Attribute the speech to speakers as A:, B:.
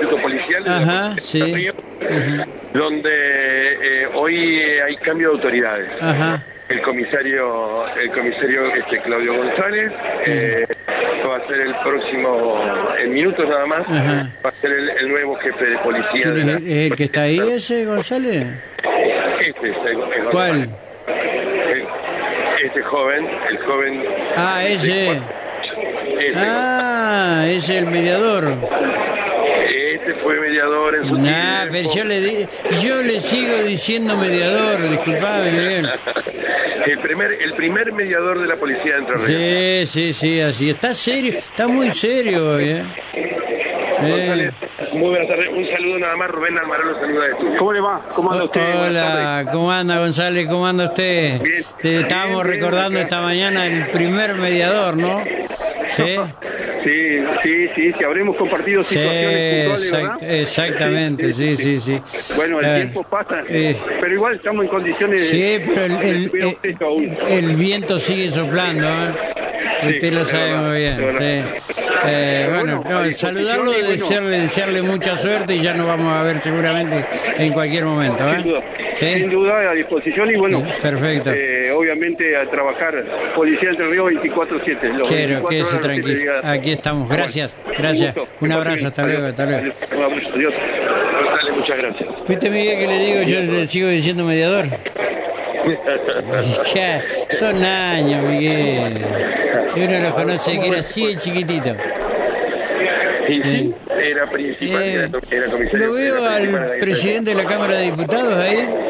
A: de la
B: Ajá,
A: provincia
B: sí.
A: de Entre Ríos,
B: Ajá.
A: donde eh, hoy eh, hay cambio de autoridades.
B: Ajá.
A: El comisario, el comisario este, Claudio González eh, va a ser el próximo, en minutos nada más,
B: Ajá.
A: va a ser el, el nuevo jefe de policía.
B: ¿Quién
A: de
B: es
A: la-
B: el, es el que está ahí ese, González?
A: Este es el- el-
B: ¿Cuál?
A: el- Este joven, el joven.
B: Ah, ese.
A: Este,
B: Ah, es el mediador.
A: este fue mediador en su
B: Nah,
A: tiempo.
B: pero yo le, di- yo le sigo diciendo mediador, disculpame, Miguel.
A: El primer, el primer mediador de la policía de Entre Ríos.
B: Sí, sí, sí, así. Está serio, está muy serio hoy, ¿eh?
A: González,
B: Sí.
A: Muy buenas tardes. Un saludo nada más, Rubén Almaró los saluda de estudio.
C: ¿Cómo le va? ¿Cómo anda usted? Buenas tardes.
B: Hola, ¿cómo anda González? ¿Cómo anda usted?
A: Bien.
B: Te estábamos
A: Bien, bien,
B: recordando
A: acá.
B: esta mañana el primer mediador, ¿no? Sí,
C: Sí, sí, sí, sí, habremos compartido
B: sí,
C: situaciones puntuales,
B: exact-
C: ¿verdad?
B: exactamente, sí, sí, sí.
C: Bueno, el
B: Eh,
C: tiempo pasa,
B: eh,
C: pero igual estamos en condiciones
B: Sí, pero el,
C: de...
B: el-
C: cuidar usted aún.
B: el- el viento sigue soplando, ¿eh? Usted lo
A: es
B: sabe
A: verdad,
B: muy bien,
A: es
B: sí. Eh, bueno,
C: Bueno, a
B: no,
C: disposición
B: saludarlo,
C: y bueno.
B: desearle, desearle mucha suerte y ya nos vamos a ver seguramente en cualquier momento,
C: Sin duda,
B: ¿eh?
C: sin
B: ¿Sí?
C: duda, a disposición y bueno,
B: Perfecto.
C: eh, obviamente a trabajar Policía Entre Ríos 24-7. los
B: Quiero,
C: 24
B: quédese
C: horas, siete
B: tranquilo.
C: días.
B: Aquí estamos. Gracias,
C: Bueno,
B: Ah, gracias.
C: gusto.
B: Un
C: Que
B: abrazo, hasta
C: pasen
B: luego,
C: bien.
B: hasta luego.
C: Adiós. Un abrazo, adiós.
A: González, muchas gracias.
B: ¿Viste, Miguel, que le digo? Yo le sigo diciendo mediador. Ya, son años, Miguel. Si uno lo conoce que era así de chiquitito.
A: Sí,
B: Sí.
A: Era principal,
B: Eh,
A: era, era comisario.
B: lo
A: era
B: veo
A: principal de la
B: al
A: Guerra.
B: presidente de la Cámara de Diputados ahí.